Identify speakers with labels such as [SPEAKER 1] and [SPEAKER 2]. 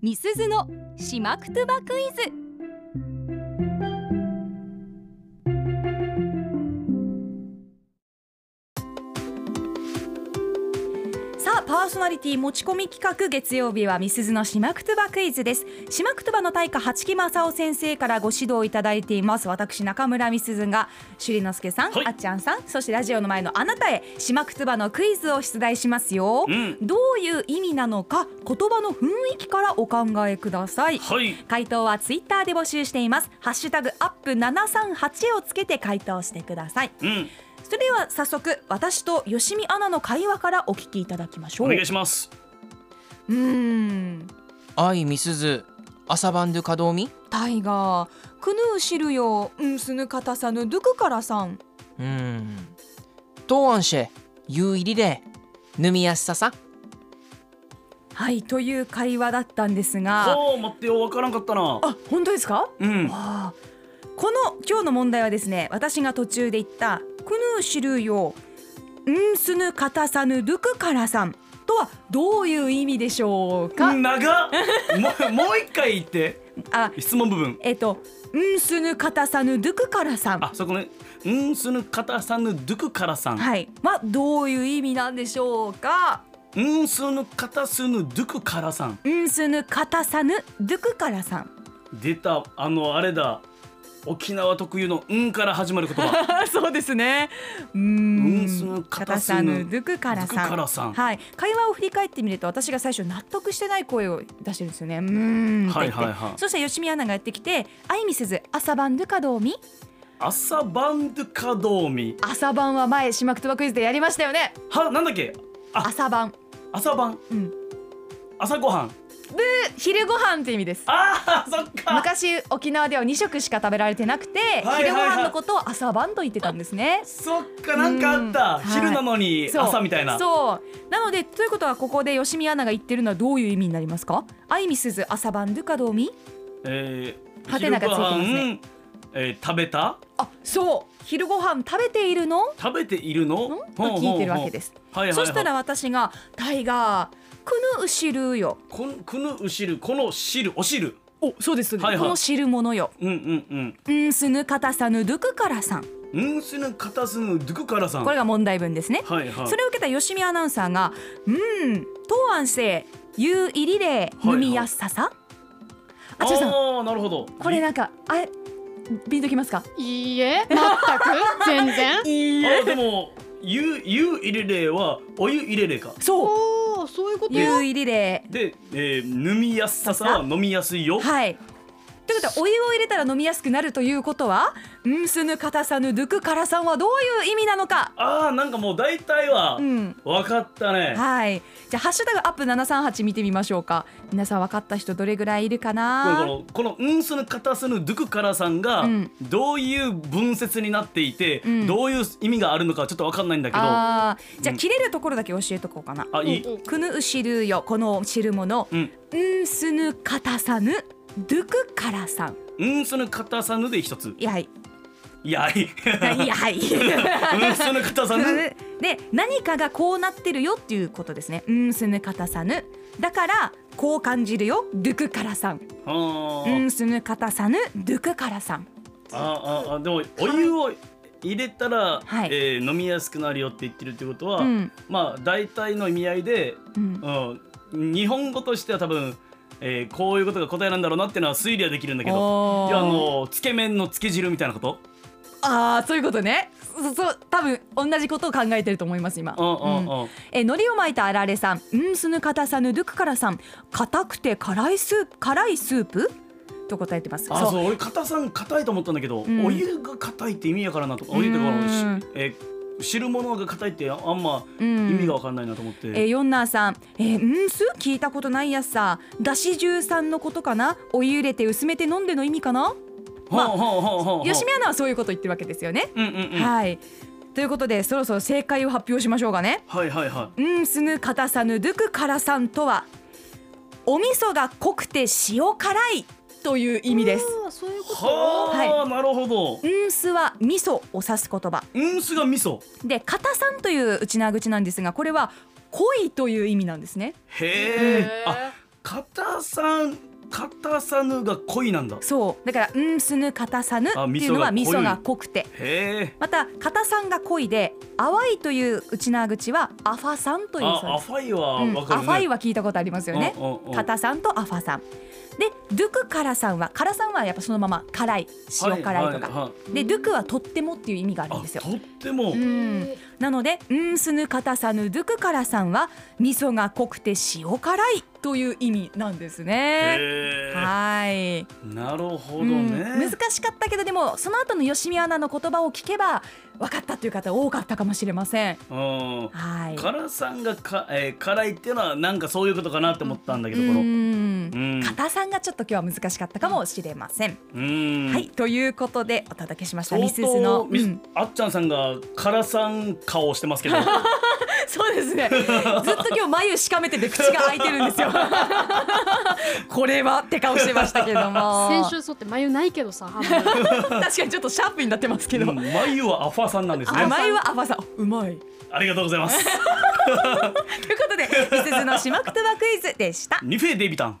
[SPEAKER 1] みすずのしまくとばクイズ
[SPEAKER 2] さあパーソナリティ持ち込み企画月曜日はみすずのしまくとばクイズですしまくとばの大家八木正夫先生からご指導いただいています私中村みすずが朱里之助さん、
[SPEAKER 3] はい
[SPEAKER 2] あっちゃんさんそしてラジオの前のあなたへしまくとばのクイズを出題しますよ、
[SPEAKER 3] うん
[SPEAKER 2] どういう意味なのか言葉の雰囲気からお考えください
[SPEAKER 3] はい
[SPEAKER 2] 回答はツイッターで募集していますハッシュタグアップ738をつけて回答してください
[SPEAKER 3] うん
[SPEAKER 2] それでは早速私と吉見アナの会話からお聞きいただきましょ
[SPEAKER 3] お
[SPEAKER 2] う
[SPEAKER 3] 願いします
[SPEAKER 2] うーん
[SPEAKER 4] あいみすず朝晩で稼働み
[SPEAKER 2] タイガーくぬうしるようんすぬかたさぬどくからさん
[SPEAKER 4] うーんとあんしェゆういりでぬみやすささ
[SPEAKER 2] はいという会話だったんですが
[SPEAKER 3] はあ待ってよわからんかったな
[SPEAKER 2] あ本当ですか
[SPEAKER 3] うん
[SPEAKER 2] ああこの今日の問題はですね私が途中で言った「くぬしるようんすぬかたさぬるくからさん」とはどういう意味でしょうか、
[SPEAKER 3] 長っもうもう一回言って
[SPEAKER 2] あ
[SPEAKER 3] 質問部分
[SPEAKER 2] えっと「うんすぬかたさぬるくからさん」
[SPEAKER 3] あそこねうんすぬかたさぬどくからさん、
[SPEAKER 2] はいはどういう意味なんでしょうか
[SPEAKER 3] うんすぬかたすぬどくからさん
[SPEAKER 2] 「うんすぬかたさぬるくからさん」
[SPEAKER 3] 出たあのあれだ沖縄特有のうんから始まる 言葉
[SPEAKER 2] そうですね。うー
[SPEAKER 3] うんす
[SPEAKER 2] ん
[SPEAKER 3] ぬ。
[SPEAKER 2] カ
[SPEAKER 3] か
[SPEAKER 2] タ
[SPEAKER 3] た
[SPEAKER 2] さ
[SPEAKER 3] す
[SPEAKER 2] ぬ
[SPEAKER 3] ぬ
[SPEAKER 2] ドゥクカラ
[SPEAKER 3] ドゥ
[SPEAKER 2] さん。
[SPEAKER 3] クカラさん
[SPEAKER 2] はい。会話を振り返ってみると、私が最初納得してない声を出してるんですよね。うーんって言って。
[SPEAKER 3] はいはいはい
[SPEAKER 2] そして吉見アナがやってきて、相見せず朝晩ドゥカドーミ。
[SPEAKER 3] 朝晩どかどうみ
[SPEAKER 2] 朝晩は前しまくとばクイズでやりましたよね。
[SPEAKER 3] はなんだっけあ
[SPEAKER 2] 朝晩。
[SPEAKER 3] 朝晩
[SPEAKER 2] うん。ブ
[SPEAKER 3] 朝ごはん
[SPEAKER 2] ー昼ご飯って意味です。
[SPEAKER 3] あーそっか
[SPEAKER 2] 昔沖縄では2食しか食べられてなくて、
[SPEAKER 3] はいはいはい
[SPEAKER 2] 昼ご飯のことを朝晩と言ってたんですね。
[SPEAKER 3] そっかなんかあった、
[SPEAKER 2] うん
[SPEAKER 3] 昼なのに
[SPEAKER 2] そう
[SPEAKER 3] 朝みたいな
[SPEAKER 2] そうなのでということはここで吉見アナが言ってるのはどういう意味になりますかあいみすず朝晩ルカドミ
[SPEAKER 3] えー、
[SPEAKER 2] ハテナがついてますね
[SPEAKER 3] 昼ご飯えー食べた
[SPEAKER 2] あそう昼ご飯食べているの
[SPEAKER 3] 食べているの、
[SPEAKER 2] のと聞いてるわけですす
[SPEAKER 3] はいはいは
[SPEAKER 2] そ
[SPEAKER 3] い、
[SPEAKER 2] したら私がタイガーくぬうしるよ
[SPEAKER 3] このこのお汁この汁お汁
[SPEAKER 2] おそうですそうです
[SPEAKER 3] はいはい
[SPEAKER 2] この汁物よ
[SPEAKER 3] うんうん
[SPEAKER 2] うんすぬかたさぬるくからさん
[SPEAKER 3] うんうんすぬかたすぬどくからさん
[SPEAKER 2] これ
[SPEAKER 3] が
[SPEAKER 2] が問題文ですね
[SPEAKER 3] はいはい
[SPEAKER 2] それを受けた吉見アナウンサーがうん当案せゆういりれ
[SPEAKER 3] いは
[SPEAKER 2] ぬ
[SPEAKER 3] い
[SPEAKER 2] みやすささあちゃさん
[SPEAKER 3] ああなるほど
[SPEAKER 2] これなんかあれピンときますか
[SPEAKER 5] いいえ、 全く全然。
[SPEAKER 2] いい
[SPEAKER 3] あでもゆゆ入れれはお湯入れれか
[SPEAKER 2] そう
[SPEAKER 5] おお、そういうこと。
[SPEAKER 2] 湯入りで
[SPEAKER 3] で、えー、飲みやすささは飲みやすいよ
[SPEAKER 2] はいということはお湯を入れたら飲みやすくなるということはうんすぬかたさぬぬくからさんはどういう意味なのか
[SPEAKER 3] ああなんかもう大体は
[SPEAKER 2] うん
[SPEAKER 3] 分かったね、
[SPEAKER 2] はいじゃあハッシュタグアップ738見てみましょうか皆さん分かった人どれぐらいいるか
[SPEAKER 3] こ
[SPEAKER 2] な
[SPEAKER 3] のこの「うんすぬかたすぬどくから」さんが
[SPEAKER 2] うん
[SPEAKER 3] どういう文節になっていて、
[SPEAKER 2] ん
[SPEAKER 3] どういう意味があるのかちょっと分かんないんだけどあ
[SPEAKER 2] あーじゃあ
[SPEAKER 3] うん
[SPEAKER 2] 切れるところだけ教えとこうかな
[SPEAKER 3] いい、
[SPEAKER 5] うん
[SPEAKER 2] くぬうしるよこの汁物
[SPEAKER 3] うん
[SPEAKER 2] うんすぬかたさぬぬくからさん
[SPEAKER 3] 「うんすぬかたさぬ」で一つ
[SPEAKER 2] やい
[SPEAKER 3] いやい
[SPEAKER 2] いやい
[SPEAKER 3] うんすぬかたさぬ
[SPEAKER 2] で何かがこうなってるよっていうことですねうんすぬかたさぬだからこう感じるよドゥクからさん
[SPEAKER 3] あー、
[SPEAKER 2] うんすぬかたさぬドゥクからさん
[SPEAKER 3] あーあーでもお湯を入れたら、
[SPEAKER 2] はい
[SPEAKER 3] えー飲みやすくなるよって言ってるってことは、
[SPEAKER 2] うん
[SPEAKER 3] まあ大体の意味合いで、
[SPEAKER 2] うん
[SPEAKER 3] うん、日本語としては多分、えーこういうことが答えなんだろうなっていうのは推理はできるんだけどいやあ
[SPEAKER 2] おー
[SPEAKER 3] のつけ麺のつけ汁みたいなこと
[SPEAKER 2] あーそういうことねそそう多分同じことを考えてると思います今
[SPEAKER 3] うんうん
[SPEAKER 2] うん
[SPEAKER 3] うん
[SPEAKER 2] え海苔を巻いたあられさんうんすぬかたさぬドゥクからさん硬くて辛いスープ辛いスープと答えてます
[SPEAKER 3] あ
[SPEAKER 2] そ
[SPEAKER 3] そう
[SPEAKER 2] う
[SPEAKER 3] 俺硬さん硬いと思ったんだけど、
[SPEAKER 2] ん
[SPEAKER 3] お湯が硬いって意味やからなとかお湯ってこのしえー汁物が硬いってああんま
[SPEAKER 2] う
[SPEAKER 3] 意
[SPEAKER 2] ん
[SPEAKER 3] 味が分かんないなと思って、
[SPEAKER 2] えー、ヨンナーさん、えー、うんす聞いたことないやつさだし重さんのことかなお湯入れて薄めて飲んでの意味かなまあ
[SPEAKER 3] ほうほうほう ほうほう
[SPEAKER 2] 吉見アナはそういうこと言ってるわけですよね、
[SPEAKER 3] うんうんうんは
[SPEAKER 2] はいということでそろそろ正解を発表しましょうかね
[SPEAKER 3] いはいは
[SPEAKER 2] うんすぬかたさぬぬくからさんとはお味噌が濃くて塩辛いという意味です
[SPEAKER 5] あーそういう
[SPEAKER 3] い
[SPEAKER 5] こと。
[SPEAKER 3] はあ、なるほど
[SPEAKER 2] うんすは味噌を指す言葉
[SPEAKER 3] うんすが味噌
[SPEAKER 2] で「かたさん」といううちなぐちなんですがこれは恋という意味なんですね
[SPEAKER 3] へえあカタさんカタサヌが恋なんだ
[SPEAKER 2] そうだから「うんすぬかたさぬ」って
[SPEAKER 3] あ
[SPEAKER 2] いうのは味
[SPEAKER 3] 味噌が濃い
[SPEAKER 2] 噌が濃くて
[SPEAKER 3] へえ
[SPEAKER 2] また「かたさん」が濃いで「あわい」といううちな口は「あファさん」というそう
[SPEAKER 3] あ
[SPEAKER 2] で
[SPEAKER 3] ア
[SPEAKER 2] す
[SPEAKER 3] ファイは
[SPEAKER 2] うん
[SPEAKER 3] わかるね、
[SPEAKER 2] アファイは聞いたことありますよね
[SPEAKER 3] うんうんうん
[SPEAKER 2] カタさんとアファさんでドゥクカラさんはカラさんはやっぱそのまま辛い塩辛いとか、
[SPEAKER 3] ははは
[SPEAKER 2] でドゥクはとってもっていう意味があるんです
[SPEAKER 3] あ
[SPEAKER 2] よ
[SPEAKER 3] とっても、
[SPEAKER 2] うんなので「うんすぬかたさぬドゥクカラさん」は味噌が濃くて塩辛いという意味なんですね
[SPEAKER 3] へえ
[SPEAKER 2] はい
[SPEAKER 3] なるほど
[SPEAKER 2] う
[SPEAKER 3] ね、
[SPEAKER 2] ん難しかったけどでもその後の吉見アナの言葉を聞けば分かったという方多かったかもしれません。
[SPEAKER 3] うん
[SPEAKER 2] はい。
[SPEAKER 3] 辛さんがか、えー辛いっていうのはなんかそういうことかなって思ったんだけ
[SPEAKER 2] う
[SPEAKER 3] どこのう
[SPEAKER 2] ん。
[SPEAKER 3] んうん
[SPEAKER 2] 硬さんがちょっと今日は難しかったかもしれません。はいということでお届けしました
[SPEAKER 3] 相
[SPEAKER 2] ミスズの
[SPEAKER 3] 当、ミス
[SPEAKER 2] うん
[SPEAKER 3] あっちゃんさんが辛さん顔をしてますけど
[SPEAKER 2] そうです ね。ずっと今日眉しかめてて口が開いてるんですよ。これはって顔してましたけども。
[SPEAKER 5] 先週剃って眉ないけどさ。あんまり
[SPEAKER 2] 確かにちょっとシャープになってますけ
[SPEAKER 3] うん
[SPEAKER 2] ど。
[SPEAKER 3] 眉はアファさんなんですね
[SPEAKER 2] あ眉はあばさんうまい。
[SPEAKER 3] ありがとうございます
[SPEAKER 2] ということでミスズの島くとばクイズでした。
[SPEAKER 3] ニフェデビタン